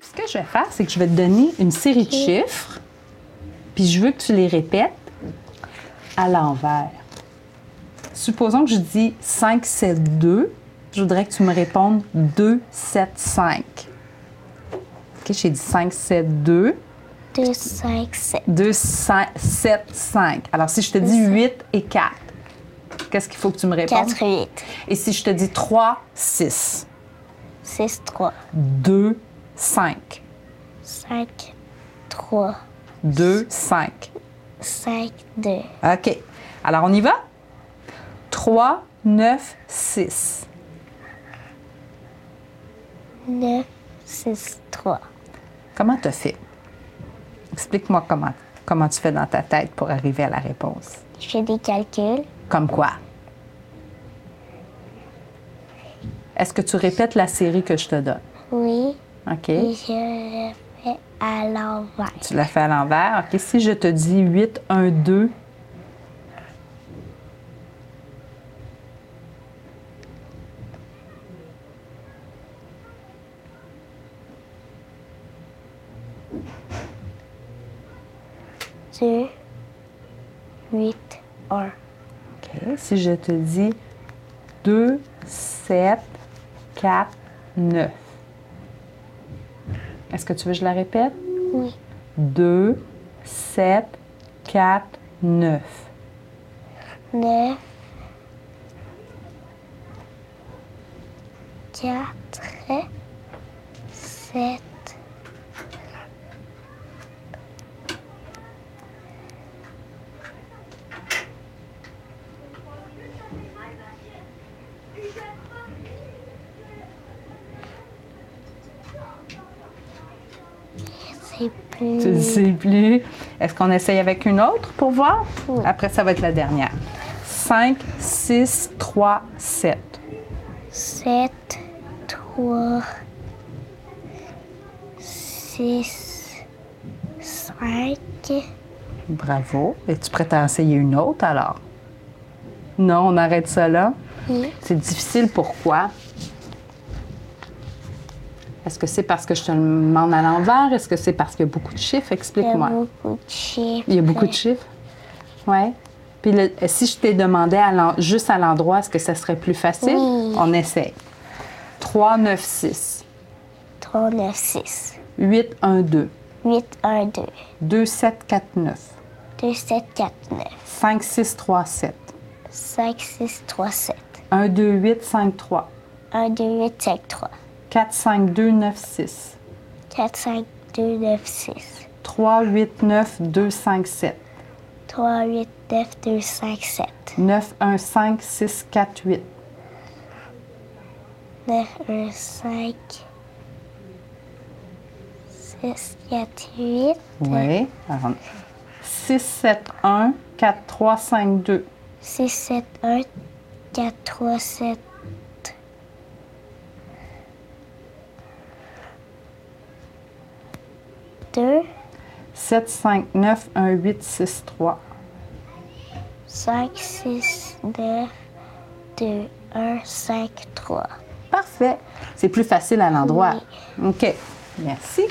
Ce que je vais faire, c'est que je vais te donner une série de chiffres, puis je veux que tu les répètes à l'envers. Supposons que je dis 5, 7, 2. Je voudrais que tu me répondes 2, 7, 5. OK, j'ai dit 5, 7, 2. 2, 5, 7. 2, 5, 7, 5. Alors, si je te dis 8 et 4, qu'est-ce qu'il faut que tu me répondes? 4, 8. Et si je te dis 3, 6, 6, 3. 2, 5, 5, 3. 2, 5. 5, 2. OK. Alors, on y va? 3, 9, 6, 9, 6, 3. Comment tu fait? Explique-moi comment, comment tu fais dans ta tête pour arriver à la réponse. Je fais des calculs. Comme quoi? Est-ce que tu répètes la série que je te donne? Oui. OK. Et je le fais à l'envers. Tu la fais à l'envers. OK. Si je te dis 8, 1, 2, 2, 8, 1. OK. Si je te dis 2, 7, 4, 9. Est-ce que tu veux que je la répète? Oui. 2, 7, 4, 9. 9, 4, 7, 7. Tu ne sais plus. Est-ce qu'on essaye avec une autre pour voir? Oui. Après, ça va être la dernière. 5, 6, 3, 7. 7, 3, 6, 5. Bravo. Es-tu prête à essayer une autre alors? Non, on arrête ça là. Oui. C'est difficile pourquoi? Est-ce que c'est parce que je te le demande à l'envers? Est-ce que c'est parce qu'il y a beaucoup de chiffres? Il y a Explique-moi. beaucoup de chiffres. Il y a beaucoup de chiffres? Oui. Puis le- si je t'ai demandé à l'en- juste à l'endroit, est-ce que ça serait plus facile? Oui. On essaie. 3, 9, 6. 3, 9, 6. 8, 1, 2. 8, 1, 2. 2, 7, 4, 9. 2, 7, 4, 9. 5, 6, 3, 7. 5, 6, 3, 7. 1, 2, 8, 5, 3. 1, 2, 8, 5, 3. 4, 5, 2, 9, 6. 4, 5, 2, 9, 6. 3, 8, 9, 2, 5, 7. 3, 8, 9, 2, 5, 7. 9, 1, 5, 6, 4, 8. 9, 1, 5. 6, 4, 8. Oui. 6, 7, 1, 4, 3, 5, 2. 6, 7, 1, 4, 3, 7. 2, 7, 5, 9, 1, 8, 6, 3. 5, 6, 9, 2, 1, 5, 3. Parfait. C'est plus facile à l'endroit. OK. Merci.